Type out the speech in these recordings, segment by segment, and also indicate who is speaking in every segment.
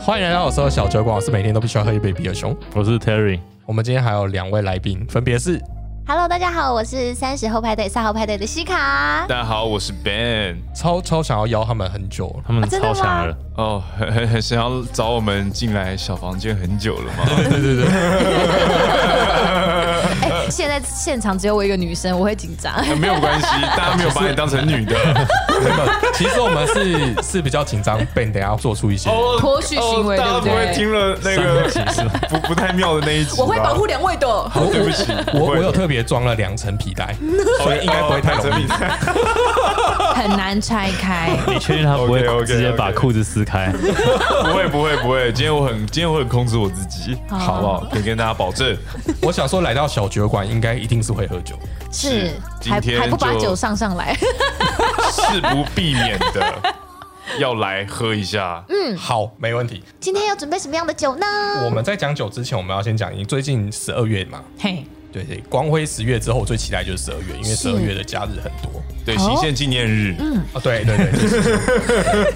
Speaker 1: 欢迎来到我说的小酒馆，我是每天都必须要喝一杯啤的熊。
Speaker 2: 我是 Terry，
Speaker 1: 我们今天还有两位来宾，分别是
Speaker 3: Hello，大家好，我是三十后派对、三号派对的西卡。
Speaker 4: 大家好，我是 Ben。
Speaker 1: 超超想要邀他们很久了，
Speaker 2: 他们
Speaker 3: 啊真的
Speaker 2: 超
Speaker 3: 吗
Speaker 2: 强了，
Speaker 4: 哦，很很很想要找我们进来小房间很久了 嘛？
Speaker 1: 对对对，
Speaker 3: 哎、现在现场只有我一个女生，我会紧张。
Speaker 4: 呃没有关系，大家没有把你当成女 的。
Speaker 1: 真的。 其实我们是是比较紧张， 被等一下做出一些。
Speaker 4: 哦
Speaker 3: 脱序行为
Speaker 4: 哦大家不
Speaker 3: 对不对
Speaker 4: 会听了那个 不不太妙的那一集吧。哦
Speaker 3: 我会保护两位的。
Speaker 1: 我
Speaker 4: 对不起
Speaker 1: 我
Speaker 4: 不会哦
Speaker 1: 我
Speaker 4: 哎的
Speaker 1: 有特别装了两层皮 带，所以应该不会太容 易。
Speaker 4: 易。
Speaker 3: 很难拆开。
Speaker 2: 你确定他不会
Speaker 4: OK，OK，OK
Speaker 2: 直接把裤子撕开？
Speaker 4: 不会不会不会，今天我很今天我很控制我自己，好不好？可以跟大家保证，
Speaker 1: 我想说，来到小酒馆应该一定是会喝酒，
Speaker 3: 是，
Speaker 4: 是
Speaker 3: 还
Speaker 4: 今天
Speaker 3: 还不把
Speaker 4: 就
Speaker 3: 酒上 上来，
Speaker 4: 是不避免的， 要来喝一下。
Speaker 1: 好，没问题。
Speaker 3: 今天要准备什么样的酒呢？
Speaker 1: 我们在讲酒之前，我们要先讲，因为最近十二月嘛，
Speaker 3: 嘿，
Speaker 1: 对对，光辉十月之后，我最期待就是十二月，因为
Speaker 3: 是
Speaker 1: 十二月的假日很多。
Speaker 4: 对，
Speaker 3: 好
Speaker 4: 行宪纪念
Speaker 3: 哦
Speaker 4: 日，
Speaker 1: 啊，对对对，就是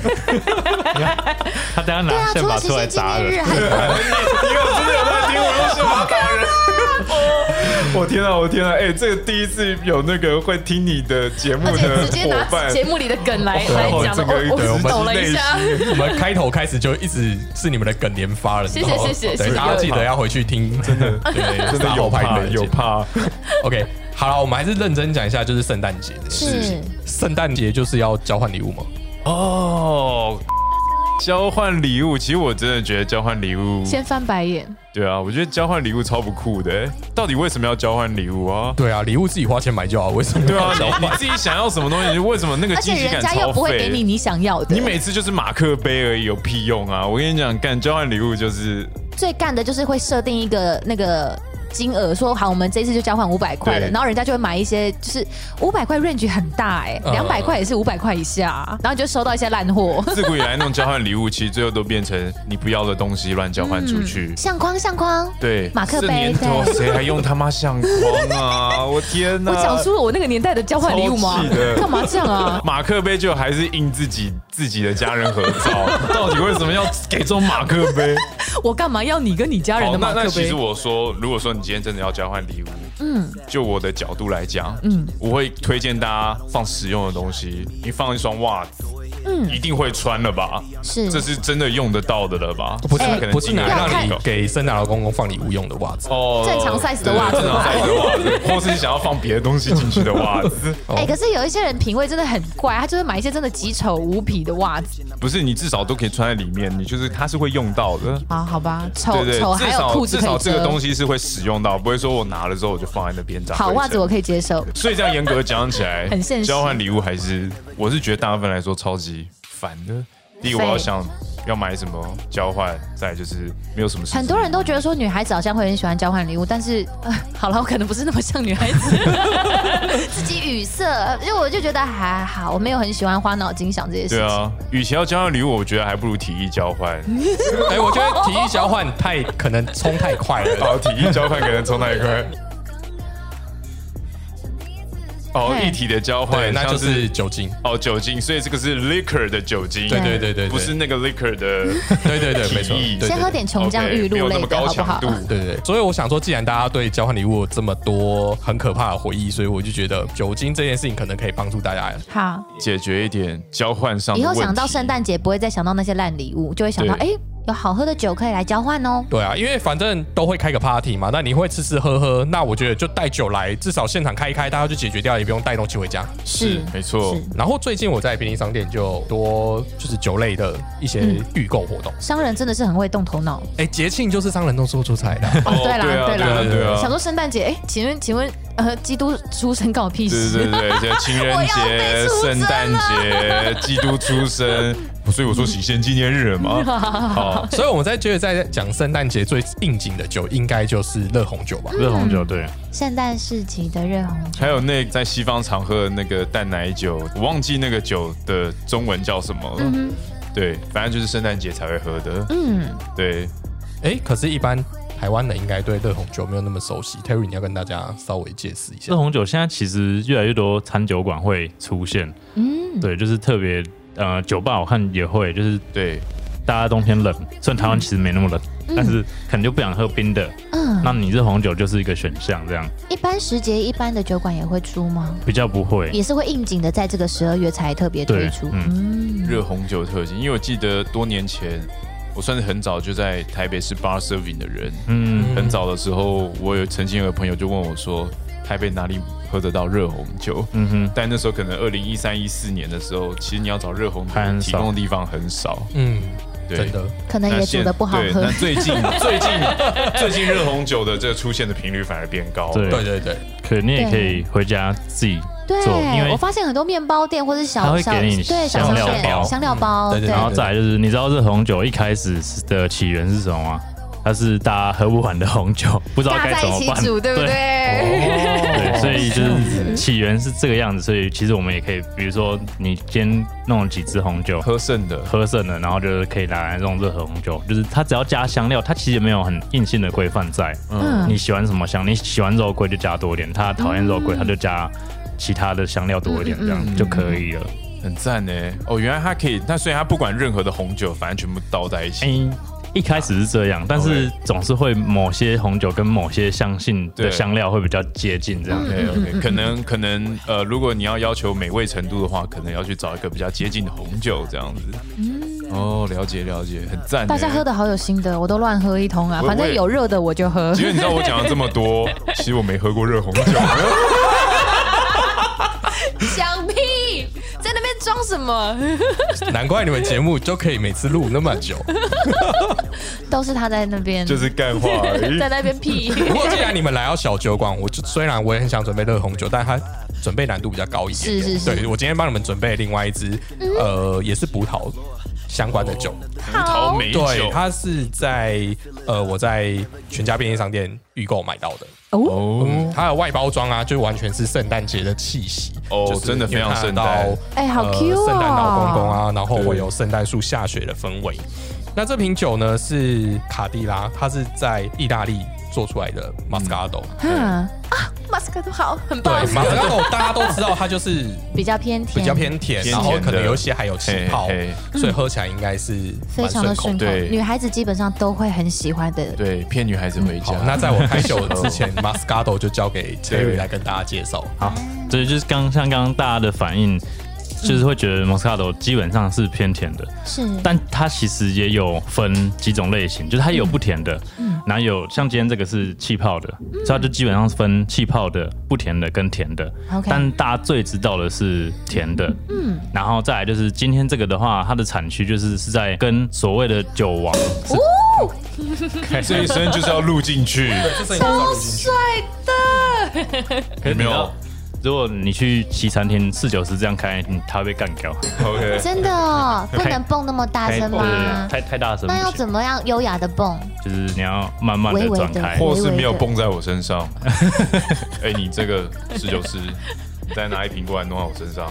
Speaker 2: 他等下
Speaker 3: 对
Speaker 2: 拿
Speaker 3: 啊，
Speaker 2: 线
Speaker 3: 除
Speaker 2: 把
Speaker 3: 了
Speaker 2: 出来
Speaker 3: 新纪
Speaker 2: 砸
Speaker 3: 念日，
Speaker 2: 人，
Speaker 3: 还有
Speaker 4: 因为我真的有在听，我用手把打人。哦，我天啊，我天啊！哎、这个第一次有那个会听你的节目
Speaker 3: 而且
Speaker 4: 的
Speaker 3: 直接
Speaker 4: 伙
Speaker 3: 拿
Speaker 4: 伴，
Speaker 3: 节目里的梗来
Speaker 1: 哦
Speaker 3: 来讲
Speaker 4: 这
Speaker 3: 了，
Speaker 4: 个
Speaker 3: 我
Speaker 4: 对
Speaker 1: 我
Speaker 3: 我
Speaker 1: 们
Speaker 3: 抖了
Speaker 4: 是
Speaker 3: 一下。
Speaker 1: 我们开头开始就一直是你们的梗连发了，
Speaker 3: 谢谢
Speaker 1: 然后
Speaker 3: 谢谢
Speaker 1: 对
Speaker 3: 谢谢
Speaker 1: 大家记得要回去听，真的对，
Speaker 4: 真的有
Speaker 1: 拍
Speaker 4: 怕有。怕，
Speaker 1: OK，好了，我们还是认真讲一下，就是圣诞节这件事情。圣诞节就是要交换礼物嘛，
Speaker 4: 哦。交换礼物，其实我真的觉得交换礼物，
Speaker 3: 先翻白眼，
Speaker 4: 对啊，我觉得交换礼物超不酷的、哎到底为什么要交换礼物啊？
Speaker 1: 对啊，礼物自己花钱买就好，为什么
Speaker 4: 对
Speaker 1: 要
Speaker 4: 啊，
Speaker 1: 交
Speaker 4: 你
Speaker 1: 换？
Speaker 4: 你自己想要什么东西，你为什么那个
Speaker 3: 而
Speaker 4: 积
Speaker 3: 且
Speaker 4: 极
Speaker 3: 人
Speaker 4: 感
Speaker 3: 家
Speaker 4: 超
Speaker 3: 又不会
Speaker 4: 废
Speaker 3: 给你你想要的。
Speaker 4: 你每次就是马克杯而已，有屁用啊！我跟你讲，干交换礼物就是
Speaker 3: 最干的就是会设定一个那个金额，说好我们这次就交换五百块的，
Speaker 4: 对
Speaker 3: 然后人家就会买一些，就是五百块 range 很大哎、
Speaker 4: 啊
Speaker 1: 嗯
Speaker 3: 两百块也是五百块以下，啊然后你就收到一些烂货，
Speaker 4: 自古以来那种交换礼物，其实最后都变成你不要的东西乱交换出去。
Speaker 3: 相框相框。
Speaker 4: 对，
Speaker 3: 嗯马克杯
Speaker 4: 这年头谁还用他妈相框啊？我天哪！
Speaker 3: 我讲出了我那个年代的交换礼物吗
Speaker 4: 超气？的
Speaker 3: 干嘛这 样啊？
Speaker 4: 马克杯就还是印自己自己的家人合照，到底为什么要给这种马克杯？
Speaker 3: 我干嘛要你跟你家人
Speaker 4: 好，
Speaker 3: 的
Speaker 4: 那
Speaker 3: 马
Speaker 4: 那
Speaker 3: 克
Speaker 4: 其
Speaker 3: 杯
Speaker 4: 实？我说，如果说你今天真的要交换礼物，
Speaker 3: 嗯，
Speaker 4: 就我的角度来讲，
Speaker 3: 嗯
Speaker 4: 嗯，我会推荐大家放实用的东西。你放一双袜子，
Speaker 3: 嗯
Speaker 4: 嗯，一定会穿了吧？
Speaker 3: 是
Speaker 4: 这是真的用得到的了吧？
Speaker 1: 不是
Speaker 3: 哎
Speaker 4: 可能
Speaker 1: 不是
Speaker 4: 进
Speaker 1: 拿
Speaker 4: 来
Speaker 1: 来
Speaker 3: 要
Speaker 1: 让
Speaker 3: 看
Speaker 1: 你给圣诞老公公放礼物用的袜子，
Speaker 4: 哦
Speaker 3: 正常 size 的袜子
Speaker 4: 对正常 size 的袜子，或是想要放别的东西进去的袜子。
Speaker 3: 哎、可是有一些人品味真的很怪，他就会买一些真的极丑无比的袜子
Speaker 4: 不是，你至少都可以穿在里面，你就是它是会用到的。
Speaker 3: 啊，好吧，
Speaker 4: 对
Speaker 3: 丑
Speaker 4: 对
Speaker 3: 丑，
Speaker 4: 至
Speaker 3: 还有
Speaker 4: 少
Speaker 3: 裤子
Speaker 4: 至
Speaker 3: 可以
Speaker 4: 少这个
Speaker 3: 遮
Speaker 4: 东西是会使用到，不会说我拿了之后我就放在那边长。
Speaker 3: 好袜子我。可以接受，
Speaker 4: 所以这样严格讲起来，
Speaker 3: 很现实
Speaker 4: 交换礼物还是，我是觉得大部分来说超级烦的。第一，我要
Speaker 3: 废
Speaker 4: 想要买什么交换，再来就是没有什么事情。
Speaker 3: 很多人都觉得说女孩子好像会很喜欢交换礼物，但是、呃、好了，我可能不是那么像女孩子， 自己语塞，因为我就觉得还好，我没有很喜欢花脑筋想这些事
Speaker 4: 对
Speaker 3: 情。
Speaker 4: 啊，与其要交换礼物，我觉得还不如提议交换。
Speaker 1: 哎，我觉得提议交换太可能冲太快了，
Speaker 4: 哦，体议交换可能从哪一块？哦，
Speaker 3: 对
Speaker 4: 一体的交
Speaker 1: 对，
Speaker 4: 换，
Speaker 1: 那就
Speaker 4: 像
Speaker 1: 是酒精，
Speaker 4: 哦酒精，所以这个是 liquor 的酒精，
Speaker 3: 对
Speaker 1: 对对对，对
Speaker 4: 不是那个 liquor 的
Speaker 1: 对对对，
Speaker 4: 提议
Speaker 1: 没错，对对
Speaker 3: 先喝
Speaker 1: 对
Speaker 3: 点琼浆
Speaker 4: OK，
Speaker 3: 玉
Speaker 4: 没
Speaker 3: 露
Speaker 4: 有那
Speaker 3: 类
Speaker 4: 么
Speaker 3: 的
Speaker 4: 高
Speaker 3: 好不
Speaker 4: 强
Speaker 3: 好
Speaker 4: 度？。
Speaker 1: 对对，对所以我想说，既然大家对交换礼物有这么多很可怕的回忆，所以我就觉得酒精这件事情可能可以帮助大家。
Speaker 3: 好，
Speaker 4: 解决一点交换上的
Speaker 3: 以后
Speaker 4: 问题
Speaker 3: 想到圣诞节不会再想到那些烂礼物，就会想到哎、
Speaker 4: 对
Speaker 3: 诶有好喝的酒可以来交换哦。
Speaker 1: 对啊，因为反正都会开个 party 嘛，那你会吃吃喝喝，那我觉得就带酒来，至少现场开一开，大家就解决掉，也不用带东西回家。
Speaker 3: 是
Speaker 4: 没错
Speaker 3: 是，
Speaker 1: 然后最近我在便利商店就有多就是酒类的一些预购活动，
Speaker 3: 商人真的是很会动头脑。
Speaker 1: 哎、节庆就是商人都说出菜的啊，
Speaker 3: 哦对啦
Speaker 4: 哦对啊
Speaker 3: 对啦
Speaker 4: 啊对啊，
Speaker 3: 想说圣诞节，哎、请问请问，呃，基督出生关我屁
Speaker 4: 对对对
Speaker 3: 事？
Speaker 4: 对，就情人
Speaker 3: 我要被
Speaker 4: 节、
Speaker 3: 出征
Speaker 4: 圣诞节、基督出生，所以我说喜先纪念日了 嘛。好，
Speaker 1: 所以我们在觉得在讲圣诞节最应景的酒，应该就是热红酒吧。
Speaker 2: 热红酒对，
Speaker 3: 圣诞市集的热红酒
Speaker 4: 还有那在西方常喝的那个淡奶酒，我忘记那个酒的中文叫什么
Speaker 2: 嗯
Speaker 4: 了。对，反正就是圣诞节才会喝的。
Speaker 3: 嗯，
Speaker 4: 对，
Speaker 1: 哎、可是，一般台湾人应该对热红酒没有那么熟悉。Terry，你要跟大家稍微解释一下
Speaker 2: 热。红酒现在其实越来越多餐酒馆会出现，嗯，对，就是特别呃酒吧我看也会，就是
Speaker 4: 对，
Speaker 2: 大家冬天冷，虽然台湾其实没那么冷，但是可能就不想喝冰的，
Speaker 3: 嗯，
Speaker 2: 那你这红酒就是一个选项，这样
Speaker 3: 一般时节一般的酒馆也会出吗？
Speaker 2: 比较不会。
Speaker 3: 也是会应景的，在这个十二月才特别推
Speaker 2: 对
Speaker 3: 出，。
Speaker 2: 嗯，
Speaker 4: 热红酒特辑，因为我记得多年前，我算是很早就在台北市 bar serving 的人。
Speaker 2: 嗯，
Speaker 4: 很早的时候，我有曾经有个朋友就问我说，台北哪里喝得到热红酒？
Speaker 2: 嗯哼，
Speaker 4: 但那时候可能二零一三一四年的时候，其实你要找热红酒
Speaker 2: 还很
Speaker 4: 提
Speaker 2: 少
Speaker 4: 供的地方很少。
Speaker 1: 嗯，
Speaker 4: 对，
Speaker 1: 真的，
Speaker 3: 可能也煮的不好
Speaker 4: 对
Speaker 3: 喝
Speaker 4: 那。最 近最近最近热红酒的这个出现的频率反而变高。
Speaker 2: 对
Speaker 1: 对对对，
Speaker 2: 可你也可以回家自己
Speaker 3: 对
Speaker 2: 做，因，
Speaker 3: 我
Speaker 2: 为
Speaker 3: 发现很多面包店或者
Speaker 2: 它
Speaker 3: 小
Speaker 2: 会
Speaker 3: 小
Speaker 2: 给你
Speaker 3: 对小
Speaker 2: 香料
Speaker 3: 店
Speaker 2: 包
Speaker 3: 香料
Speaker 1: 嗯
Speaker 3: 包，
Speaker 1: 对对
Speaker 2: 然
Speaker 1: 对
Speaker 2: 后再来就是，你知道这红酒一开始的起源是什么吗？它是大家喝不完的红酒， 不知道
Speaker 3: 大
Speaker 2: 该
Speaker 3: 家在
Speaker 2: 怎
Speaker 3: 一
Speaker 2: 么
Speaker 3: 起
Speaker 2: 办，
Speaker 3: 煮，对不对？哦
Speaker 2: 对，所以就是起源是这个样子，所以其实我们也可以，比如说你今天弄了几支红酒，
Speaker 4: 喝剩的
Speaker 2: 喝剩了，然后就是可以拿来弄热红酒，就是它只要加香料，它其实也没有很硬性的规范在。
Speaker 3: 嗯
Speaker 2: 嗯，你喜欢什么香，你喜欢肉桂就加多一点，他讨厌肉
Speaker 3: 嗯
Speaker 2: 桂他就加其他的香料多一点，这样就可以了。
Speaker 4: 很赞呢。哦，原来它可以，那所以它不管任何的红酒，反正全部倒在一
Speaker 2: 哎、
Speaker 4: 起。
Speaker 3: 嗯
Speaker 2: 一开始是这样，但是总是会某些红酒跟某些香性
Speaker 4: 对
Speaker 2: 的香料会比较接近，这样。
Speaker 3: 嗯
Speaker 4: 对 OK，可能可能呃，如果你要要求美味程度的话，可能要去找一个比较接近的红酒这样子。哦，了解了解，很赞呢。
Speaker 3: 嗯大家喝的好有心得，我都乱喝一通啊，
Speaker 4: 我
Speaker 3: 反正有热的我就喝。
Speaker 4: 其实你知道我讲了这么多，其实我没喝过热红酒。
Speaker 3: 想屁，在那边装什么？
Speaker 1: 难怪你们节目就可以每次录那么久。
Speaker 3: 都是他在那边，
Speaker 4: 就是干话而 已
Speaker 3: 在那边屁。
Speaker 1: 不过既然你们来到小酒馆，我就虽然我也很想准备热红酒，但它准备难度比较高一点点。
Speaker 3: 是是是
Speaker 1: 对我今天帮你们准备另外一支，呃，也是葡萄相关的酒。
Speaker 4: 葡萄美
Speaker 1: 对，
Speaker 4: 哦酒，
Speaker 1: 它是在呃我在全家便利商店预购买到的。
Speaker 3: 哦，
Speaker 1: 嗯，它的外包装啊，就完全是圣诞节的气息
Speaker 4: 哦
Speaker 1: 就是
Speaker 4: 真的非常
Speaker 1: 你
Speaker 4: 圣诞
Speaker 1: 看到
Speaker 3: 哎好
Speaker 1: 呃
Speaker 3: Q 哦
Speaker 1: 圣诞老公公啊，然后会有圣诞树下雪的氛围。那这瓶酒呢是卡地拉，它是在意大利做出来的 Moscato。
Speaker 3: 哈啊，马斯克都好，很
Speaker 1: 对
Speaker 3: 棒，
Speaker 1: ，Moscato 大家都知道，它就是
Speaker 3: 比较偏甜，
Speaker 1: 比较偏甜，
Speaker 4: 甜
Speaker 1: 然后
Speaker 4: 甜
Speaker 1: 可能
Speaker 4: 的
Speaker 1: 有一些还有气泡
Speaker 4: 嘿，
Speaker 1: 所以喝起来应该是
Speaker 3: 非
Speaker 1: 蛮
Speaker 3: 常的
Speaker 1: 顺口
Speaker 3: 顺
Speaker 1: 的。
Speaker 3: 口，
Speaker 4: 对
Speaker 3: 女孩子基本上都会很喜欢的。
Speaker 4: 对，骗女孩子回家
Speaker 1: 好，。那在我开酒之前，Moscato 就交给 Terry 来跟大家介绍。
Speaker 2: 好，所以就是刚像刚刚大家的反应，就是会觉得 Moscato 基本上是偏甜的，
Speaker 3: 是，
Speaker 2: 但它其实也有分几种类型，就是它也有不甜的，
Speaker 3: 嗯
Speaker 2: 然后有像今天这个是气泡的，所以它就基本上是分气泡的、不甜的跟甜的。
Speaker 3: OK
Speaker 2: 但大家最知道的是甜的，嗯，然后再来就是今天这个的话，它的产区就是是在跟所谓的酒王是
Speaker 3: 哦
Speaker 4: 这一生就是要录进 去，
Speaker 1: 超 帅！
Speaker 4: 有没有
Speaker 2: 道如果你去西餐厅四九十这样开，你他会被干掉，
Speaker 4: ？OK，
Speaker 3: 真的哦不
Speaker 2: 开
Speaker 3: 能蹦那么大
Speaker 2: 开
Speaker 3: 声
Speaker 2: 对对
Speaker 3: 吗
Speaker 2: 对？太太大声不
Speaker 3: 那要
Speaker 2: 行，
Speaker 3: 怎么样优雅的蹦？
Speaker 2: 就是你要慢慢
Speaker 3: 微
Speaker 2: 的
Speaker 3: 微
Speaker 2: 转
Speaker 3: 地
Speaker 2: 开。
Speaker 4: 或是没有蹦在我身上。 哎，你这个十九师，你再拿一瓶过来弄到我身上，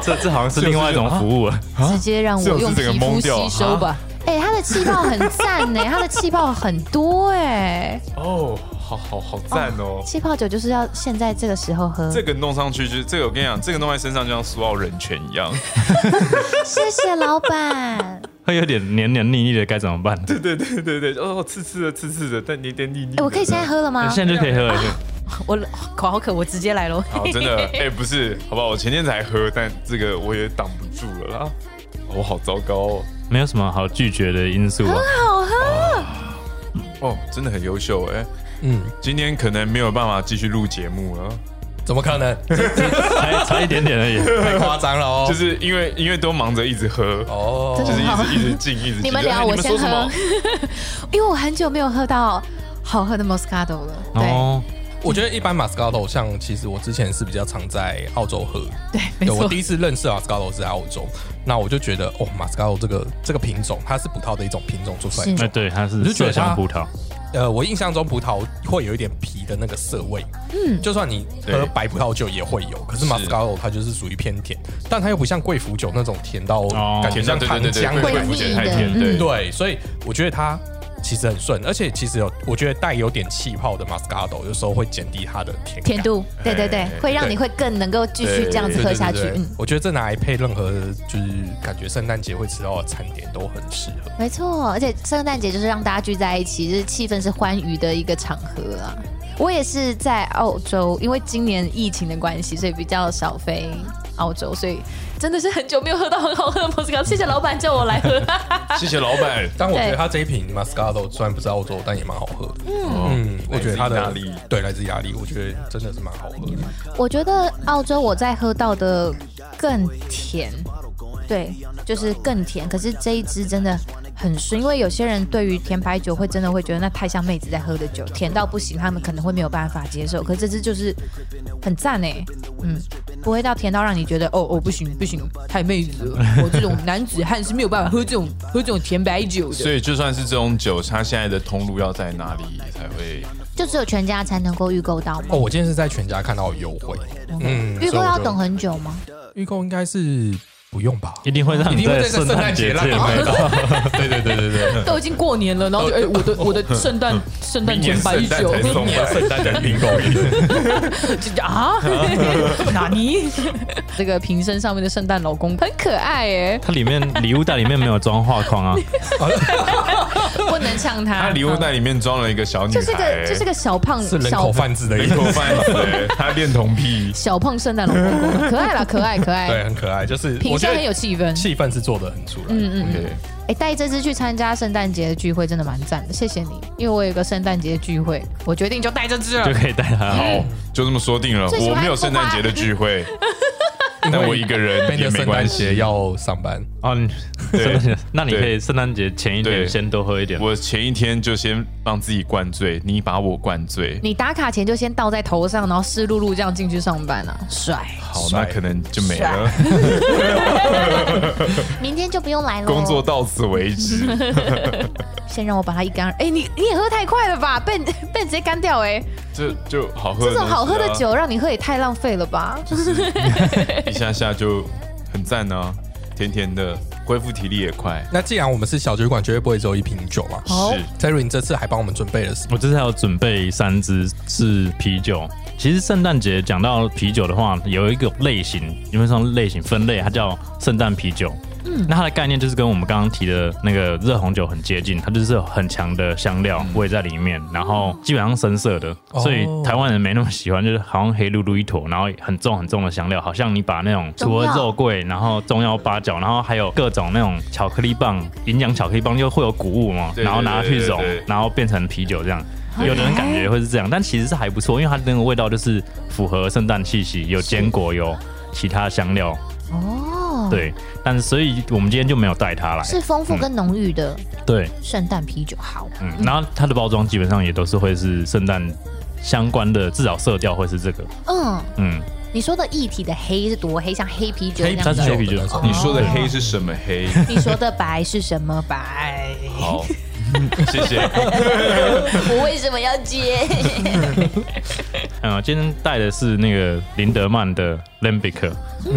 Speaker 2: 这这好像是另啊外一种服务了，
Speaker 3: 直接让我
Speaker 4: 这种是
Speaker 3: 用
Speaker 4: 整个
Speaker 3: 皮肤
Speaker 4: 懵掉
Speaker 3: 吸收吧。哎、它的气泡很赞呢、它的气泡很多哎、
Speaker 4: 哦，好好好赞哦。
Speaker 3: 气泡酒就是要现在这个时候喝。
Speaker 4: 这个弄上去就是这个，我跟你讲，这个弄在身上就像苏澳人权一样。
Speaker 3: 谢谢老板，哎
Speaker 2: 会有点黏黏腻腻的，该怎么办？
Speaker 4: 对对对对，哦，刺刺的刺刺的，但你点腻腻
Speaker 3: 哎、我可以现在喝了
Speaker 5: 啊
Speaker 3: 吗？
Speaker 2: 现在就可以喝了。
Speaker 3: 我口好渴，我直接来喽。
Speaker 4: 好，真的，哎、不是，好吧，我前天才喝，但这个我也挡不住了啦，我好糟糕哦，
Speaker 2: 没有什么好拒绝的因素啊。
Speaker 4: 哦，真的很优秀哎、
Speaker 1: 嗯，
Speaker 4: 今天可能没有办法继续录节目了，
Speaker 1: 怎么可能？
Speaker 2: 才差一点点而已。
Speaker 1: 太夸张了哦！
Speaker 4: 就是因为因为都忙着一直喝，
Speaker 1: 哦，
Speaker 3: 真
Speaker 4: 就
Speaker 3: 的
Speaker 4: 是一
Speaker 3: 好
Speaker 4: 直一直进，一直进
Speaker 3: 你们聊
Speaker 4: 哎
Speaker 3: 我
Speaker 4: 说
Speaker 3: 先
Speaker 4: 什么
Speaker 3: 喝？ 因为我很久没有喝到好喝的 Moscato 了。对、
Speaker 2: 哦，
Speaker 1: 我觉得一般 Moscato 像，其实我之前是比较常在澳洲喝。
Speaker 3: 对，没
Speaker 1: 对，我
Speaker 3: 错
Speaker 1: 第。一次认识 Moscato 是在澳洲，那我就觉得哦，Moscato 这个这个品种，它是葡萄的一种品种做出来的
Speaker 3: 是
Speaker 2: 哎，对，它是
Speaker 1: 你就觉
Speaker 2: 麝
Speaker 1: 得它
Speaker 2: 香葡萄，
Speaker 1: 呃，我印象中葡萄会有一点皮的那个涩味，嗯，就算你喝
Speaker 4: 对
Speaker 1: 白葡萄酒也会有，可是
Speaker 4: 是
Speaker 1: Moscato 它就是属于偏甜，但它又不像贵腐酒那种甜到
Speaker 2: 哦
Speaker 1: 感觉
Speaker 4: 甜到
Speaker 1: 像
Speaker 4: 对
Speaker 1: 糖
Speaker 4: 对对
Speaker 1: 浆
Speaker 4: 对，
Speaker 1: 一
Speaker 4: 贵
Speaker 1: 样
Speaker 4: 腐
Speaker 3: 腻
Speaker 4: 姐太
Speaker 3: 的
Speaker 4: 甜，对，
Speaker 1: 对，所以我觉得它其实很顺，而且其实有我觉得带有点气泡的 Moscato 有时候会减低它的甜感
Speaker 3: 甜度，对对对
Speaker 4: 哎，
Speaker 3: 会让你会更能够继续这样子喝下去
Speaker 1: 对对。对对
Speaker 3: 嗯，
Speaker 1: 我觉得这拿来配任何就是感觉圣诞节会吃到的餐点都很适合。
Speaker 3: 没错，而且圣诞节就是让大家聚在一起，就是气氛是欢愉的一个场合啊。我也是在澳洲，因为今年疫情的关系，所以比较少飞澳洲，所以真的是很久没有喝到很好喝的 Moscato。谢谢老板叫我来喝。
Speaker 4: 谢谢老板。
Speaker 1: 但我觉得
Speaker 3: 对
Speaker 1: 它这一瓶 Moscato 虽然不是澳洲，但也蛮好喝的。
Speaker 4: 嗯
Speaker 1: 嗯，我觉得它的
Speaker 4: 来自意大利
Speaker 1: 对来自意大利，我觉得真的是蛮好喝的。
Speaker 3: 我觉得澳洲我在喝到的更甜，对，就是更甜。可是这一支真的很顺，因为有些人对于甜白酒会真的会觉得那太像妹子在喝的酒，甜到不行，他们可能会没有办法接受。可是这支就是很赞哎，嗯，不会到甜到让你觉得哦哦不行不行，太妹子了，我这种男子汉是没有办法喝这种喝这种甜白酒的。
Speaker 4: 所以就算是啊这种酒，它现在的通路要在哪里才会？
Speaker 3: 就只有全家才能够预购到吗
Speaker 1: 哦，？我今天是在全家看到有优惠，嗯，
Speaker 3: 预购
Speaker 1: 所以我
Speaker 3: 要
Speaker 1: 就
Speaker 3: 等很久吗？
Speaker 1: 预购应该是不用吧？
Speaker 2: 一定会让
Speaker 1: 一
Speaker 2: 你
Speaker 1: 定会在
Speaker 2: 圣
Speaker 1: 圣
Speaker 2: 诞
Speaker 1: 诞
Speaker 2: 节
Speaker 1: 节让
Speaker 2: 之
Speaker 1: 你
Speaker 2: 前买
Speaker 1: 买
Speaker 2: 到。
Speaker 1: 到。
Speaker 4: 对对对对 对，
Speaker 5: 都已经过年了，然后就哎、我的我的 圣诞圣诞
Speaker 4: 年
Speaker 5: 甜白
Speaker 4: 圣诞
Speaker 5: 酒
Speaker 4: 才送我圣诞的订购礼。
Speaker 5: 啊，哪 尼？这个瓶身上面的圣诞老公很可爱哎、
Speaker 2: 它里面礼物袋里面没有装画框啊，
Speaker 5: 不能呛他
Speaker 4: 他礼物袋里面装了一个小女孩，
Speaker 3: 就是个就是个小胖
Speaker 1: 是人
Speaker 3: 小
Speaker 1: 口贩子的一
Speaker 4: 人
Speaker 1: 个，
Speaker 4: 口贩 子，他恋童癖。
Speaker 5: 小胖圣诞老公公，可爱啦，可爱可
Speaker 1: 对，
Speaker 5: 爱，
Speaker 1: 很可爱，就是
Speaker 5: 品
Speaker 1: 我觉
Speaker 5: 相
Speaker 1: 得
Speaker 5: 很有气氛。
Speaker 1: 气氛是做的很出来。嗯，
Speaker 5: 嗯嗯，
Speaker 4: 对，
Speaker 3: 哎，带这支去参加圣诞节的聚会真的蛮赞的，谢谢你，因为我有一个圣诞节聚会，我决定就带这支了
Speaker 2: 就。可以带它。
Speaker 4: 好，就这么说定了。
Speaker 3: 最喜
Speaker 4: 我
Speaker 3: 欢
Speaker 4: 没有圣诞节的聚 会，但我一个人也
Speaker 1: 的
Speaker 4: 没
Speaker 1: 圣
Speaker 4: 关
Speaker 1: 诞节
Speaker 4: 系。
Speaker 1: 要上班，
Speaker 2: 哦，你
Speaker 4: 对
Speaker 2: 圣诞节，那你
Speaker 4: 对
Speaker 2: 可以圣诞节前一
Speaker 4: 对
Speaker 2: 天先多喝一点。
Speaker 4: 我前一天就先让自己灌醉，你把我灌醉，
Speaker 3: 你打卡前就先倒在头上，然后湿漉漉这样进去上班啊，帅！
Speaker 4: 好，
Speaker 1: 帅
Speaker 4: 那可能就没了。
Speaker 3: 明天就不用来 了，
Speaker 4: 工作到此为止。
Speaker 3: 先让我把它一干二。哎，你你也喝太快了吧，被被直接干掉哎、
Speaker 4: 这就好喝、啊
Speaker 3: 这种好喝
Speaker 1: 啊
Speaker 3: 的，酒让你喝也太浪费了吧？
Speaker 4: 一下下就很赞啊，甜甜的，恢复体力也快。
Speaker 1: 那既然我们是小酒馆，绝对不会只有一瓶酒嘛。
Speaker 3: 哦
Speaker 4: 是
Speaker 1: Terry，你这次还帮我们准备了什么？
Speaker 2: 我这次还有准备三支是啤酒。其实圣诞节讲到啤酒的话，有一个类型，因为上类型分类，它叫圣诞啤酒。嗯，那它的概念就是跟我们刚刚提的那个热红酒很接近，它就是有很强的香料味在里面，然后基本上深色的，
Speaker 1: 哦
Speaker 2: 所以台湾人没那么喜欢，就是好像黑噜噜一坨，然后很重很重的香料，好像你把那种除
Speaker 3: 中
Speaker 2: 了
Speaker 3: 药
Speaker 2: 肉桂，然后中药八角，然后还有各种那种巧克力棒，营养巧克力棒就会有谷物嘛，
Speaker 4: 对
Speaker 2: 然后拿去融
Speaker 4: 对对对，
Speaker 2: 然后变成啤酒这样。有的人感觉会是这样，但其实是还不错，因为它那个味道就是符合圣诞气息，有坚果，有其他香料，
Speaker 3: 哦，，
Speaker 2: 对。但所以我们今天就没有带它来，
Speaker 5: 嗯
Speaker 3: 是丰富跟浓郁的
Speaker 2: 对，
Speaker 3: 圣诞啤酒，好，
Speaker 2: 嗯。然后它的包装基本上也都是会是圣诞相关的，至少色调会是这个，
Speaker 3: 嗯，
Speaker 2: 嗯。
Speaker 3: 你说的液体的黑是多黑？像黑啤酒那
Speaker 1: 黑
Speaker 3: 样
Speaker 1: 啤
Speaker 2: 它
Speaker 1: 酒
Speaker 2: 是黑啤酒
Speaker 1: 的那种
Speaker 4: 你说的黑是什么黑？
Speaker 3: 你说的白是什么白？
Speaker 4: 好， 谢谢。
Speaker 3: 我为什么要接？
Speaker 2: 嗯，今天带的是那个林德曼的 Lambic，、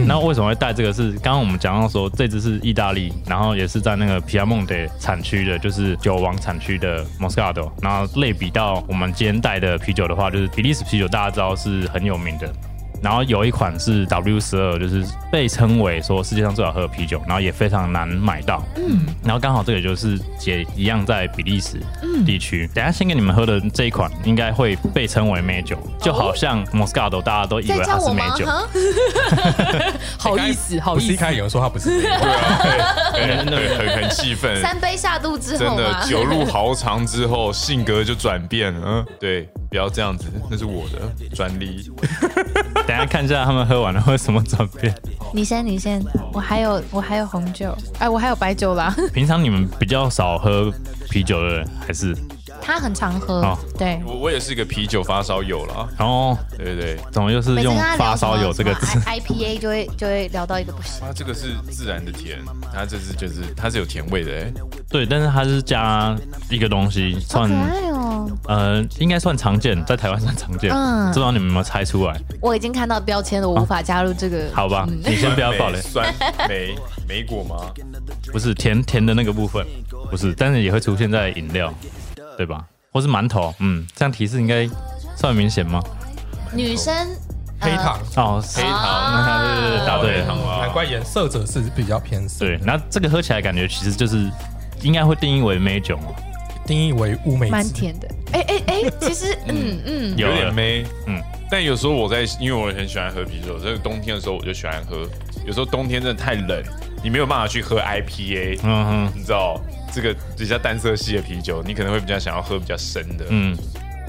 Speaker 2: 那为什么会带这个是？刚刚我们讲到说，这只是意大利，然后也是在那个皮亚蒙德产区的，就是酒王产区的 Moscato。然后类比到我们今天带的啤酒的话，就是比利时啤酒，大家知道是很有名的。然后有一款是 W 十二，就是被称为说世界上最好喝的啤酒，然后也非常难买到。嗯，然后刚好这个就是也一样在比利时
Speaker 3: 嗯
Speaker 2: 地区。等一下先给你们喝的这一款，应该会被称为美酒，就好像 Moscato 大家都以为
Speaker 3: 哦在
Speaker 2: 它
Speaker 3: 叫
Speaker 2: 是
Speaker 3: 我
Speaker 2: 美
Speaker 3: 吗？
Speaker 2: 酒，
Speaker 3: 哈
Speaker 5: 好意思，好
Speaker 1: 不是
Speaker 5: 意
Speaker 1: 一
Speaker 5: 思
Speaker 1: 开。始有人说它不是，
Speaker 4: 对对，很很气愤。
Speaker 3: 三啊杯下肚之
Speaker 4: 真
Speaker 3: 后
Speaker 4: 的
Speaker 3: 吗？
Speaker 4: 酒入豪肠之后，性格就转变了。嗯，对，不要这样子，那是我的专利。
Speaker 2: 等一下看一下他们喝完了会什么转变。
Speaker 3: 你先，你先，我还有我还有红酒，哎，我还有白酒啦。
Speaker 2: 平常你们比较少喝啤酒的人，还是
Speaker 3: 他很常喝，
Speaker 2: 哦
Speaker 3: 对。
Speaker 4: 我我也是个啤酒发烧友啦。
Speaker 2: 然后
Speaker 4: 对对对，
Speaker 2: 怎么又是
Speaker 3: 每次
Speaker 2: 用
Speaker 3: 跟他
Speaker 2: 发
Speaker 3: 聊什
Speaker 2: 烧
Speaker 3: 么
Speaker 2: 友这个
Speaker 3: 什
Speaker 2: 字
Speaker 3: 么？I- IPA 就会就会聊到一个不行。
Speaker 4: 它这个是自然的甜，它这是就是它是有甜味 的、欸。
Speaker 2: 对，但是它是加一个东西，
Speaker 3: 好
Speaker 2: 算
Speaker 3: 可爱哦！
Speaker 2: 呃，应该算常见，在台湾算常见，
Speaker 3: 嗯
Speaker 2: 不知道你们有没有猜出来？
Speaker 3: 我已经看到标签了，我无法加入这个。
Speaker 2: 哦好
Speaker 5: 嗯
Speaker 2: 吧，你先不要爆雷，
Speaker 4: 酸梅梅果吗？
Speaker 2: 不是甜甜的那个部分，不是，但是也会出现在饮料，对吧？或是馒头，嗯，这样提示应该算明显吗？
Speaker 3: 女生
Speaker 1: 黑糖，
Speaker 2: 哦，黑
Speaker 3: 啊
Speaker 2: 糖，对对对，答对了。
Speaker 1: 难怪颜色者是比较偏色，
Speaker 2: 对，那这个喝起来感觉其实就是应该会定义为美酒嘛，
Speaker 1: 定义为乌梅
Speaker 3: 蛮
Speaker 1: 汁。
Speaker 3: 甜的。哎哎哎，其实嗯嗯，
Speaker 2: 有
Speaker 4: 有点
Speaker 2: 了
Speaker 4: 妹，
Speaker 2: 嗯
Speaker 4: 嗯。但有时候我在，因为我很喜欢喝啤酒，所以冬天的时候我就喜欢喝。有时候冬天真的太冷，你没有办法去喝 IPA，
Speaker 2: 嗯哼，
Speaker 4: 你知道这个比较淡色系的啤酒，你可能会比较想要喝比较深的，
Speaker 2: 嗯，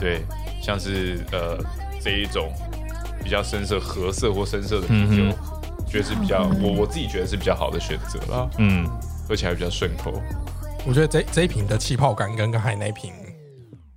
Speaker 4: 对，像是呃这一种比较深色、褐色或深色的啤酒，
Speaker 2: 嗯
Speaker 4: 觉得是比较
Speaker 5: 嗯
Speaker 4: 我我自己觉得是比较好的选择啦，
Speaker 2: 嗯，
Speaker 4: 喝起来比较顺口。
Speaker 1: 我觉得这这一瓶的气泡感跟刚才那一瓶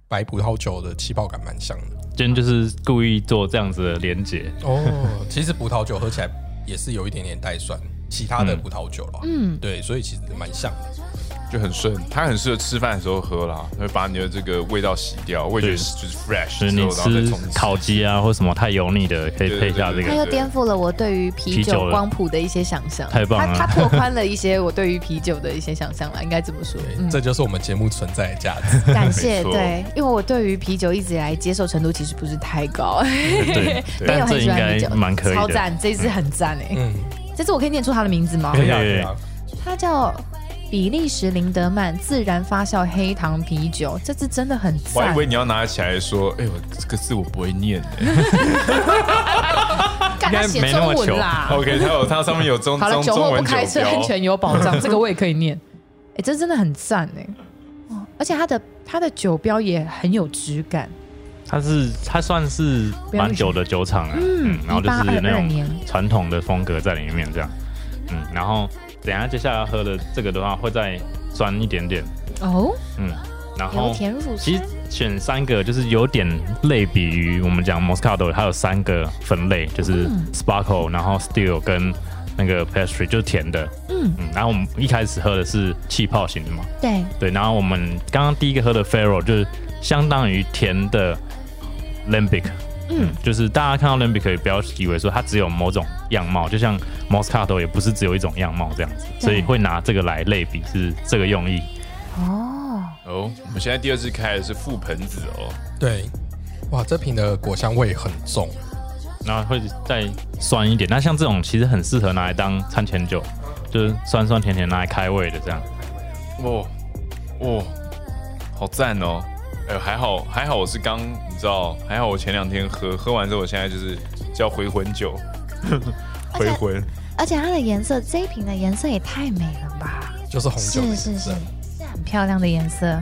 Speaker 1: 白葡萄酒的气泡感蛮像的。
Speaker 2: 今天就是故意做这样子的连结，
Speaker 1: 哦，其实葡萄酒喝起来也是有一点点带酸，其他的
Speaker 2: 嗯
Speaker 1: 葡萄酒了。嗯，对，所以其实蛮像的。
Speaker 4: 就很顺，它很适合吃饭的时候喝啦，会把你的这个味道洗掉，味觉
Speaker 2: 对
Speaker 4: 就是 fresh
Speaker 2: 就是
Speaker 4: 之
Speaker 2: 你
Speaker 4: 后，然后再
Speaker 2: 吃
Speaker 4: 重新
Speaker 2: 烤鸡啊或什么太油腻的，可以配一下这
Speaker 4: 对
Speaker 3: 它
Speaker 2: 个，
Speaker 3: 又颠覆了我对于啤
Speaker 2: 啤酒
Speaker 3: 酒
Speaker 2: 了
Speaker 3: 光谱的一些想象，
Speaker 2: 太棒
Speaker 5: 它
Speaker 2: 了
Speaker 5: 它拓宽了一些我对于啤酒的一些想象了，应该这么说。
Speaker 1: 对，
Speaker 5: 嗯，
Speaker 1: 这就是我们节目存在的价值。
Speaker 3: 感谢
Speaker 4: 没错
Speaker 3: 对，因为我对于啤酒一直以来接受程度其实不是太高，
Speaker 2: 对，
Speaker 3: 没有
Speaker 2: 但这
Speaker 3: 很喜
Speaker 2: 应
Speaker 3: 欢
Speaker 2: 该
Speaker 3: 啤酒，
Speaker 2: 蛮可以
Speaker 5: 超
Speaker 2: 的，
Speaker 5: 赞，这一支很赞哎、
Speaker 1: 嗯，
Speaker 5: 这支我可以念出它的名字吗
Speaker 1: 可？以啊，可以啊。
Speaker 5: 它叫比利时林德曼自然发酵黑糖啤酒，这支真的很
Speaker 4: 我还
Speaker 5: 赞
Speaker 4: 以为。你要拿起来说，哎、我这个字我不会念的、
Speaker 5: 干它写中文
Speaker 2: 啊
Speaker 5: 啦。
Speaker 4: OK，它有它上面有中
Speaker 5: 好了，
Speaker 4: 中
Speaker 5: 酒
Speaker 4: 中
Speaker 5: 后
Speaker 4: 文
Speaker 5: 不
Speaker 4: 酒
Speaker 5: 开车，安
Speaker 4: 标，
Speaker 5: 全有保障，这个我也可以 念。哎、这真的很赞哎、哦而且它的它的酒标也很有质感，
Speaker 2: 它是它算是蛮久的酒厂啊，嗯，然后就是那
Speaker 5: 1822
Speaker 2: 种
Speaker 5: 年
Speaker 2: 传统的风格在里面这样，嗯，然后等一下接下来要喝的这个的话会再酸一点点，
Speaker 5: 哦，
Speaker 2: 嗯，然
Speaker 3: 油
Speaker 2: 后
Speaker 3: 甜乳
Speaker 2: 其
Speaker 3: 酸
Speaker 2: 实。选三个就是有点类比于我们讲 Moscato，它有三个分类，就是 Sparkle，然后 Still 跟那个 Pastry 就是甜的。嗯然后我们一开始喝的是气泡型的嘛，
Speaker 3: 对，
Speaker 2: 对，然后我们刚刚第一个喝的 Faro 就是相当于甜的 Lambic。嗯，就是大家看到 Lambic 也不要以为说它只有某种样貌，就像 Moscato 也不是只有一种样貌这样子，所
Speaker 5: 嗯
Speaker 2: 以会拿这个来类比是这个用意。
Speaker 4: 哦，我们现在第二次开的是覆盆子哦，
Speaker 1: 对，哇，这瓶的果香味很重。
Speaker 2: 然后会再酸一点。那像这种其实很适合拿来当餐前酒，就是酸酸甜甜拿来开胃的这样。
Speaker 4: 哇哇，好赞哦！哎、还好还好，我是刚你知道，还好我前两天喝喝完之后，我现在就是叫回魂酒，
Speaker 3: 而
Speaker 4: 回
Speaker 3: 且
Speaker 4: 魂
Speaker 3: 而且它的颜色，这一瓶的颜色也太美了吧！
Speaker 1: 就是红酒的
Speaker 3: 是
Speaker 1: 颜
Speaker 3: 是是
Speaker 1: 色，
Speaker 3: 是很漂亮的颜色。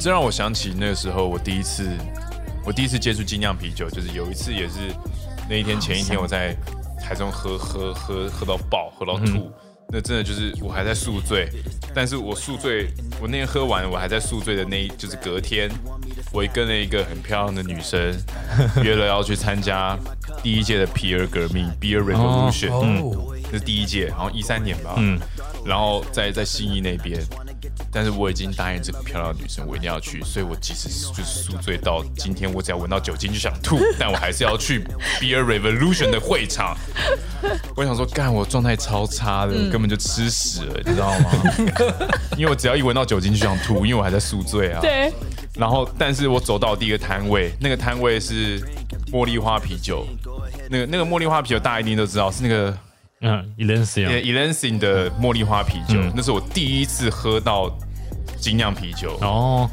Speaker 4: 这让我想起那个时候我第一次，我第一次接触精酿啤酒，就是有一次也是那一天前一天我在台中喝喝喝喝到爆，喝
Speaker 1: 嗯
Speaker 4: 到吐。那真的就是我还在宿醉，但是我宿醉，我那天喝完我还在宿醉的那一，就是隔天，我跟了一个很漂亮的女 生约了要去参加第一届的皮尔革命 （Beer Revolution），、嗯
Speaker 1: 哦，
Speaker 3: 嗯
Speaker 4: 这是第一届，好像一三年吧，
Speaker 2: 嗯
Speaker 4: 然后在在信义那边，但是我已经答应这个漂亮的女生，我一定要去，所以我即使是就是宿醉到今天，我只要闻到酒精就想吐，但我还是要去 Beer Revolution 的会场。我想说，干，我状态超差的，我根本就吃屎了，你知道吗？ 因为我只要一闻到酒精就想吐，因为我还在宿醉啊。
Speaker 5: 对，
Speaker 4: 然后，但是我走到第一个摊位，那个摊位是茉莉花啤酒，那个那个茉莉花啤酒大家一定都知道是那个
Speaker 2: 嗯 e l e n c i
Speaker 4: 呃
Speaker 2: a
Speaker 4: e l e n s i n 的茉莉花啤酒，
Speaker 2: 嗯
Speaker 4: 那是我第一次喝到精酿啤酒。
Speaker 2: 然后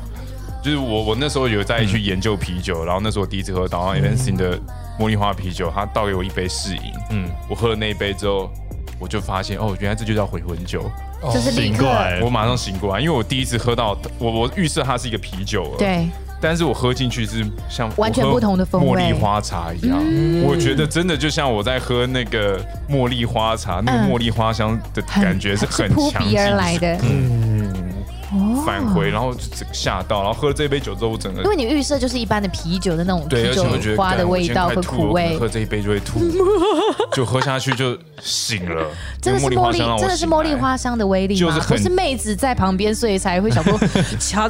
Speaker 4: 就是我我那时候有在
Speaker 2: 嗯
Speaker 4: 去研究啤酒，然后那是我第一次喝到，然后 e l e n s i n 的茉莉花啤酒，他倒给我一杯试饮，
Speaker 2: 嗯，
Speaker 4: 我喝了那一杯之后。我就发现哦，原来这就叫回魂酒。
Speaker 1: 哦
Speaker 3: 就是立
Speaker 2: 醒
Speaker 3: 刻
Speaker 2: 过来
Speaker 4: 我
Speaker 2: 了，
Speaker 4: 马上醒过来，因为我第一次喝到，我我预设它是一个啤酒了，。
Speaker 5: 对，
Speaker 4: 但是我喝进去是像
Speaker 5: 完全
Speaker 4: 我喝
Speaker 5: 不同的风味
Speaker 4: 茉莉花茶一样。我觉得真的就像我在喝那个茉莉花茶，那个茉莉花香的感觉是很
Speaker 3: 扑
Speaker 4: 强
Speaker 3: 鼻而
Speaker 4: 劲
Speaker 3: 来的，
Speaker 4: 返回，然后就整个吓到，然后喝了这杯酒之后，我整个
Speaker 5: 因为你预设就是一般的啤酒的那种
Speaker 4: 对，
Speaker 5: 啤
Speaker 4: 而且我觉
Speaker 5: 酒
Speaker 4: 得
Speaker 5: 花的
Speaker 4: 干我
Speaker 5: 味
Speaker 4: 今天
Speaker 5: 道
Speaker 4: 快
Speaker 5: 和
Speaker 4: 吐
Speaker 5: 苦
Speaker 4: 了我可
Speaker 5: 味
Speaker 4: 能喝，这一杯就会吐，就喝下去就醒了。
Speaker 5: 真的是
Speaker 4: 因为
Speaker 5: 茉
Speaker 4: 花
Speaker 5: 莉
Speaker 4: 香让，我
Speaker 5: 真的是
Speaker 4: 醒来
Speaker 5: 茉莉。花香的威力吗？
Speaker 4: 就是很
Speaker 5: 不是妹子在旁边，所以才会想 说，瞧，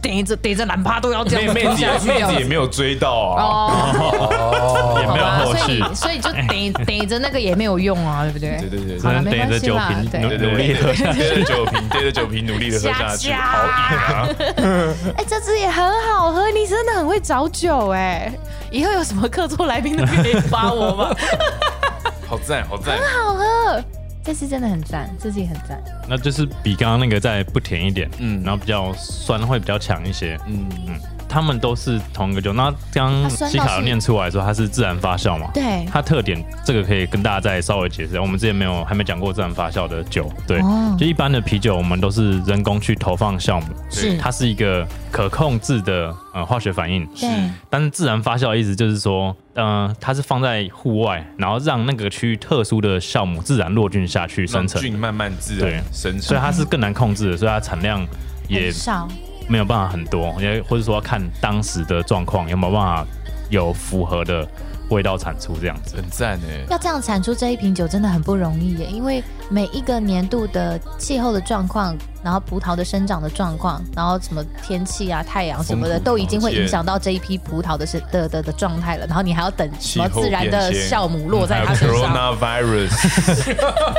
Speaker 5: 逮着逮着懒趴都要这
Speaker 4: 妹
Speaker 5: 样
Speaker 4: 妹
Speaker 5: 吞
Speaker 4: 子
Speaker 5: 下
Speaker 4: 也
Speaker 5: 去
Speaker 4: 妹子
Speaker 5: 这
Speaker 4: 也
Speaker 5: 样
Speaker 4: 没有追到啊，
Speaker 5: 哦，
Speaker 2: 也没有后
Speaker 5: 啊所
Speaker 2: 续
Speaker 5: 以，所以就逮逮着那个也没有用啊，对不对？
Speaker 4: 对对对
Speaker 2: 只
Speaker 4: 对
Speaker 2: 能
Speaker 5: 没
Speaker 2: 等
Speaker 5: 关
Speaker 2: 着
Speaker 5: 系
Speaker 2: 酒
Speaker 5: 啦
Speaker 2: 瓶
Speaker 5: 对
Speaker 2: 努
Speaker 4: 对
Speaker 2: 努力喝下去。
Speaker 4: 对，对着酒瓶，对着酒瓶努力的喝下去，好饮啊！
Speaker 3: 哎、这支也很好喝，你真的很会找酒哎、以后有什么客座来宾都可以发我 吗？
Speaker 4: 好赞，好赞！
Speaker 5: 好喝，这次真的很赞，这次也很赞。
Speaker 2: 那就是比刚刚那个再不甜一点，
Speaker 4: 嗯
Speaker 2: 嗯，然后比较酸会比较强一些，
Speaker 4: 嗯，
Speaker 2: 他们都是同一个酒。那刚
Speaker 5: 它
Speaker 2: 刚
Speaker 5: 酸
Speaker 2: 西
Speaker 5: 到
Speaker 2: 卡
Speaker 5: 是
Speaker 2: 念出来说它是自然发酵嘛，
Speaker 5: 对
Speaker 2: 它特点这个可以跟大家再稍微解释一下。我们之前没有还没讲过自然发酵的酒，对，
Speaker 5: 哦
Speaker 2: 就一般的啤酒我们都是人工去投放酵母，
Speaker 4: 是
Speaker 2: 它是一个可控制的呃化学反应，
Speaker 5: 对，
Speaker 2: 但是自然发酵的意思就是说，呃，它是放在户外，然后让那个区域特殊的酵母自然落菌下去生
Speaker 4: 让
Speaker 2: 成，
Speaker 4: 菌慢慢自然
Speaker 2: 对
Speaker 4: 生成，
Speaker 2: 所以它是更难控制的，所以它产量也
Speaker 5: 很少
Speaker 2: 没有办法很多，也或者说要看当时的状况有没有办法有符合的味道产出这样子。
Speaker 4: 很赞哎。
Speaker 5: 要这样产出这一瓶酒真的很不容易耶，因为每一个年度的气候的状况，然后葡萄的生长的状况，然后什么天气啊、太阳什么
Speaker 4: 风
Speaker 5: 的，
Speaker 4: 土
Speaker 5: 都已经会
Speaker 4: 条件
Speaker 5: 影响到这一批葡萄的是的的的状态了。然后你还要等什么
Speaker 4: 气候
Speaker 5: 自然的
Speaker 4: 变迁
Speaker 5: 酵母落在它身上，
Speaker 4: coronavirus，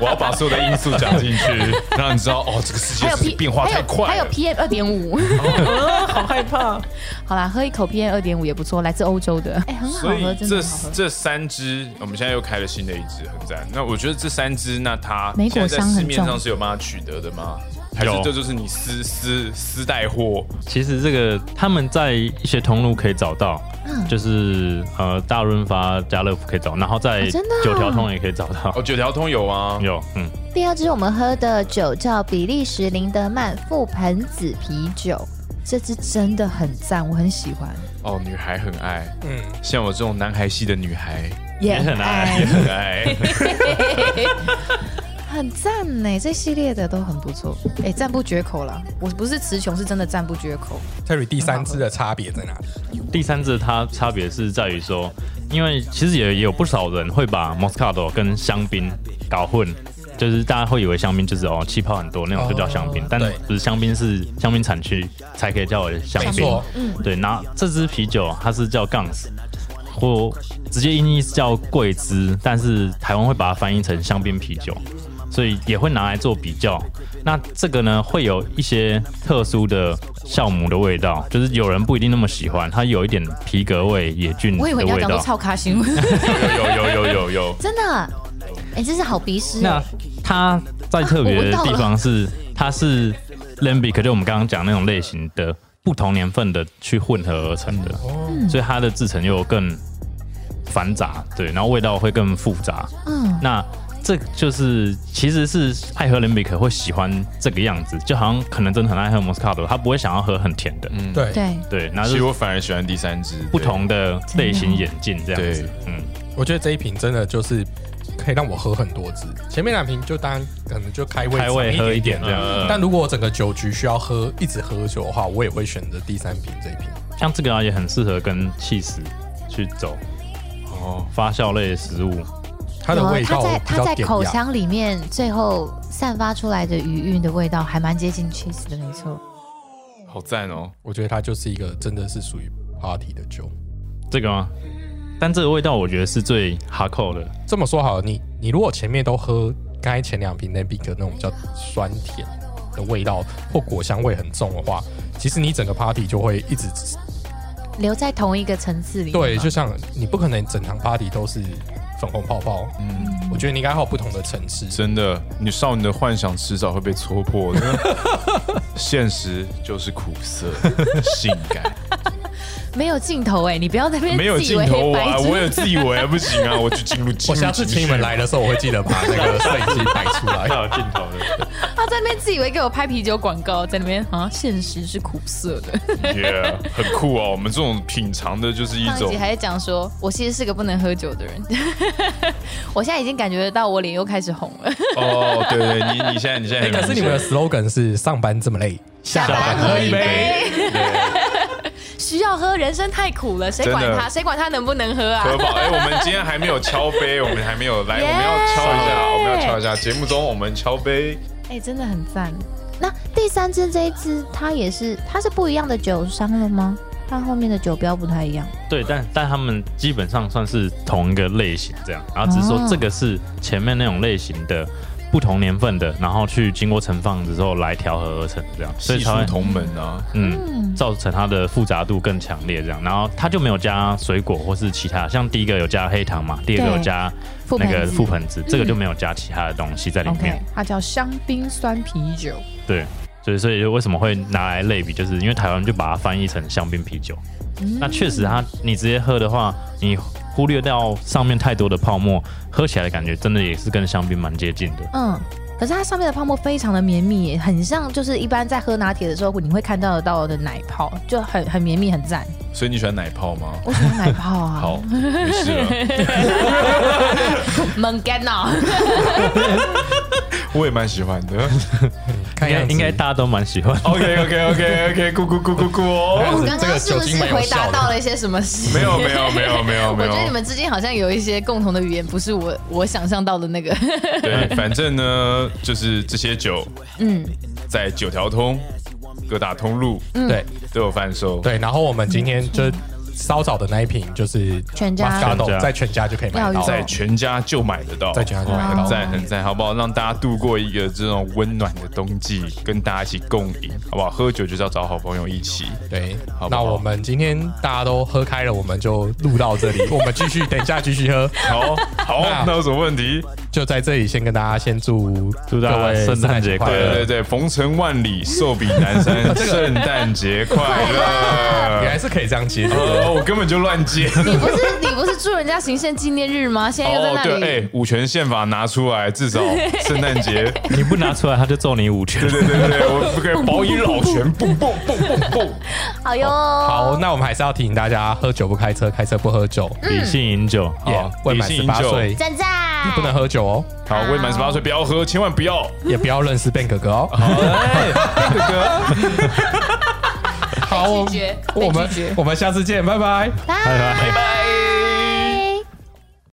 Speaker 4: 我要把所有的因素讲进 去，让你知道哦，这个世界
Speaker 5: 还有
Speaker 4: 是
Speaker 5: P
Speaker 4: 变化太快
Speaker 5: 还有
Speaker 4: 了。
Speaker 5: PM 二点 五，哦
Speaker 3: 好害怕。
Speaker 5: 好啦，喝一口 PM 二点五也不错，来自欧洲的，哎、很好
Speaker 4: 所以
Speaker 5: 喝，真的很
Speaker 4: 这
Speaker 5: 好喝。
Speaker 4: 这三支，我们现在又开了新的一支，很赞。那我觉得这三支，那它
Speaker 5: 莓果
Speaker 4: 现在在
Speaker 5: 香很
Speaker 4: 市面上
Speaker 5: 重
Speaker 4: 是有办法取得的吗？还是
Speaker 2: 有
Speaker 4: 这就是你私私私带货？
Speaker 2: 其实这个他们在一些通路可以找到，
Speaker 5: 嗯
Speaker 2: 就是呃大润发、家乐福可以找，然后在
Speaker 5: 哦真的哦
Speaker 2: 九条通也可以找到。
Speaker 4: 哦，九条通有吗？
Speaker 2: 有，嗯，
Speaker 5: 第二支我们喝的酒叫比利时林德曼覆盆子啤酒，这支真的很赞，我很喜欢，
Speaker 4: 哦，女孩很爱，
Speaker 1: 嗯，
Speaker 4: 像我这种男孩系的女 孩
Speaker 5: 也
Speaker 2: 很啊
Speaker 5: 哎
Speaker 2: 爱
Speaker 4: 也很爱。
Speaker 3: 很赞呢，这系列的都很不错，哎，赞不绝口啦！我不是词穷，是真的赞不绝口。
Speaker 1: Terry 第三支的差别在哪里？
Speaker 2: 第三支它差别是在于说，因为其实也也有不少人会把 Moscato 跟香槟搞混，就是大家会以为香槟就是哦气泡很多那种就叫香槟，
Speaker 1: 哦
Speaker 2: 但
Speaker 1: 对
Speaker 2: 不是香槟是香槟产区才可以叫为香
Speaker 1: 没
Speaker 2: 槟
Speaker 1: 错。
Speaker 2: 对，那这支啤酒它是叫 Guns，或直接音译是叫桂枝，但是台湾会把它翻译成香槟啤酒，所以也会拿来做比较。那这个呢，会有一些特殊的酵母的味道，就是有人不一定那么喜欢，它有一点皮革味、野菌的
Speaker 3: 我以为你要
Speaker 2: 味
Speaker 3: 讲说
Speaker 2: 道。
Speaker 3: 超卡新闻，
Speaker 4: 有有有有有有，
Speaker 5: 真的，哎、这是好鼻师
Speaker 2: 那它在特别的地方是，它是 lambic，就我们刚刚讲那种类型的不同年份的去混合而成的，所以它的制成又更繁杂，对，然后味道会更复杂。
Speaker 5: 嗯，
Speaker 2: 那这就是其实是爱喝 lambic 会喜欢这个样子，就好像可能真的很爱喝 moscato，他不会想要喝很甜的，嗯，
Speaker 1: 对，
Speaker 5: 对，
Speaker 2: 对，然后就
Speaker 4: 其实
Speaker 2: 是
Speaker 4: 我反而喜欢第三支
Speaker 2: 不。同的类型眼镜这样子
Speaker 4: 对，
Speaker 2: 嗯。
Speaker 1: 我觉得这一瓶真的就是可以让我喝很多支，前面两瓶就当然可能就开胃
Speaker 2: 开胃
Speaker 1: 长
Speaker 2: 喝
Speaker 1: 一
Speaker 2: 一
Speaker 1: 点
Speaker 2: 点
Speaker 1: 这样，
Speaker 2: 嗯
Speaker 1: 但如果我整个酒局需要喝一直喝酒的话，我也会选择第三瓶这一瓶。
Speaker 2: 像这个啊，也很适合跟气死去走。哦，发酵类的食物，
Speaker 1: 它的
Speaker 5: 有啊
Speaker 1: 味
Speaker 5: 它
Speaker 1: 道
Speaker 5: 在
Speaker 1: 比
Speaker 5: 它
Speaker 1: 较
Speaker 5: 在
Speaker 1: 典
Speaker 5: 口
Speaker 1: 雅，
Speaker 5: 腔里面最后散发出来的余韵的味道，还蛮接近 cheese 的，没错。
Speaker 4: 好赞哦！
Speaker 1: 我觉得它就是一个真的是属于 party 的酒。
Speaker 2: 这个吗？但这个味道我觉得是最哈扣的，
Speaker 1: 这么说好了，你你如果前面都喝刚才前两瓶那 big 那种比较酸甜的味道或果香味很重的话，其实你整个 party 就会一直
Speaker 5: 留在同一个层次里面嘛。
Speaker 1: 对，就像你不可能整场 party 都是粉红泡泡，嗯，我觉得你应该还有不同的层次。
Speaker 4: 真的，你少女的幻想迟早会被戳破的。 现实就是苦涩、性感，
Speaker 5: 没有尽头哎、你不要在那边
Speaker 4: 没有
Speaker 5: 自以
Speaker 4: 尽
Speaker 5: 为
Speaker 4: 头。我
Speaker 5: 白
Speaker 4: 啊
Speaker 5: 痴
Speaker 4: 我有自以为啊不行啊，我就进入进 入
Speaker 1: 我下次
Speaker 4: 情
Speaker 1: 请
Speaker 4: 绪
Speaker 1: 你们来的时候，我会记得把那个摄影机摆出来。
Speaker 2: 有尽头 的。
Speaker 3: 他在那边自以为给我拍啤酒广告，在那边啊，现实是苦涩的。
Speaker 4: ，yeah, 很酷哦。我们这种品尝的就是一
Speaker 3: 上一
Speaker 4: 种
Speaker 3: 集还在讲说，我其实是个不能喝酒的人， 我现在已经感觉得到我脸又开始红了。
Speaker 4: 哦，对对，你你现在你现在
Speaker 1: 哎
Speaker 4: 很
Speaker 1: 可是你们的
Speaker 4: 明显
Speaker 1: slogan 是上班这么累，下
Speaker 3: 班喝一
Speaker 1: 杯。
Speaker 3: 需要喝，人生太苦了，谁管
Speaker 4: 真的
Speaker 3: 他？谁管他能不能喝啊？
Speaker 4: 喝饱。哎，我们今天还没有敲 杯，我们还没有来，我们要敲一下，我们要敲一下。节目中我们敲杯，
Speaker 3: 哎、真的很赞。
Speaker 5: 那第三支这一支，它也是它是不一样的酒商了吗？它后面的酒标不太一样。
Speaker 2: 对，但但他们基啊本上算是同一个类型这样，然后只是说
Speaker 5: 哦
Speaker 2: 这个是前面那种类型的不同年份的，然后去经过盛放之后来调和而成，这样，所
Speaker 4: 系
Speaker 2: 以才
Speaker 4: 出
Speaker 2: 会
Speaker 4: 同门啊，
Speaker 2: 嗯造成它的复杂度更强烈这样。然后它就没有加水果或是其他，像第一个有加黑糖嘛，第二个有加
Speaker 3: 覆
Speaker 2: 那个
Speaker 3: 盆子
Speaker 2: 覆盆子，这个就没有加其他的东西在里面
Speaker 5: OK，。它叫香槟酸啤酒。
Speaker 2: 对，所以所以就为什么会拿来类比，就是因为台湾就把它翻译成香槟啤酒。那确实它你直接喝的话，你忽略掉上面太多的泡沫，喝起来的感觉真的也是跟香槟蛮接近的。
Speaker 3: 嗯，可是它上面的泡沫非常的绵密耶，很像就是一般在喝拿铁的时候你会看到得到的奶泡，就很很绵密，很赞。
Speaker 4: 所以你喜欢奶泡吗？
Speaker 3: 我喜欢奶泡啊，
Speaker 4: 好，没事了，
Speaker 3: 猛干哦。
Speaker 4: 我也蛮喜欢 的。
Speaker 1: 看
Speaker 2: 应该
Speaker 1: 样子
Speaker 2: 应该大家都蛮喜 欢。
Speaker 6: OK OK OK OK，咕咕咕咕咕哦，
Speaker 3: 我刚
Speaker 1: 这
Speaker 3: 刚
Speaker 1: 个
Speaker 3: 是
Speaker 1: 酒
Speaker 3: 不
Speaker 1: 精
Speaker 3: 是
Speaker 1: 蛮有
Speaker 3: 回答
Speaker 1: 效的
Speaker 3: 到了一些什么事？
Speaker 4: 没有没有没有没有没
Speaker 3: 我觉得你
Speaker 4: 有，
Speaker 3: 们之间好像有一些共同的语言，不是我我想象到的那 个。
Speaker 4: 对，反正呢，就是这些酒
Speaker 3: 嗯，
Speaker 4: 在九条通、各大通路
Speaker 1: 对
Speaker 4: 都有贩售。
Speaker 1: 对。然后我们今天就稍早的那一瓶就是
Speaker 3: 全家
Speaker 1: Moscato，
Speaker 2: 全家
Speaker 1: 在全家就可以买到
Speaker 3: 料
Speaker 4: 在
Speaker 1: 了
Speaker 3: 理，
Speaker 4: 全家就买得到，
Speaker 1: 在全家就买得到
Speaker 4: 很赞很赞，好不好？让大家度过一个这种温暖的冬季，跟大家一起共饮，好不好？喝酒就是要找好朋友一起。
Speaker 1: 对
Speaker 4: 好，不
Speaker 1: 那
Speaker 4: 好
Speaker 1: 我们今天大家都喝开了，我们就录到这里。我们继续，等一下继续喝。
Speaker 4: 好，好，那有什么问题？
Speaker 1: 就在这里先跟大家先祝
Speaker 2: 祝大家
Speaker 1: 各位
Speaker 2: 圣诞节快
Speaker 4: 对
Speaker 2: 乐
Speaker 4: 对对，逢城万里，寿比南 山，圣诞节快
Speaker 1: 原
Speaker 4: 乐！
Speaker 1: 来是可以这样接
Speaker 3: 哦
Speaker 1: 的。
Speaker 4: 呃，我根本就乱接。
Speaker 3: 你不是你不是祝人家行宪纪念日吗？现在又在
Speaker 4: 哦，
Speaker 3: 那
Speaker 4: 对，
Speaker 3: 里。
Speaker 4: 哎，五权宪法拿出来， 至少圣诞节，
Speaker 2: 你不拿出来，他就揍你五拳。
Speaker 4: 对对对对，我不可 以保以老拳，蹦蹦蹦蹦蹦。
Speaker 3: 好哟，
Speaker 1: 好，那我们还是要提醒大家，喝酒不开车，开车不喝酒。
Speaker 2: 理性饮酒，哦
Speaker 1: 也未满
Speaker 4: 理性
Speaker 1: 十
Speaker 4: 饮
Speaker 1: 八
Speaker 4: 酒
Speaker 1: 岁
Speaker 3: 赞赞，
Speaker 1: 不能喝酒哦，
Speaker 4: 好，未满十八岁不要喝，千万不要。
Speaker 1: 也不要认识 Ben 哥哥哦。
Speaker 3: 被拒绝，
Speaker 1: 我
Speaker 2: 哦哎
Speaker 3: 被
Speaker 1: 们
Speaker 3: 拒 绝。
Speaker 1: 我们下次见，拜拜。
Speaker 3: 拜拜。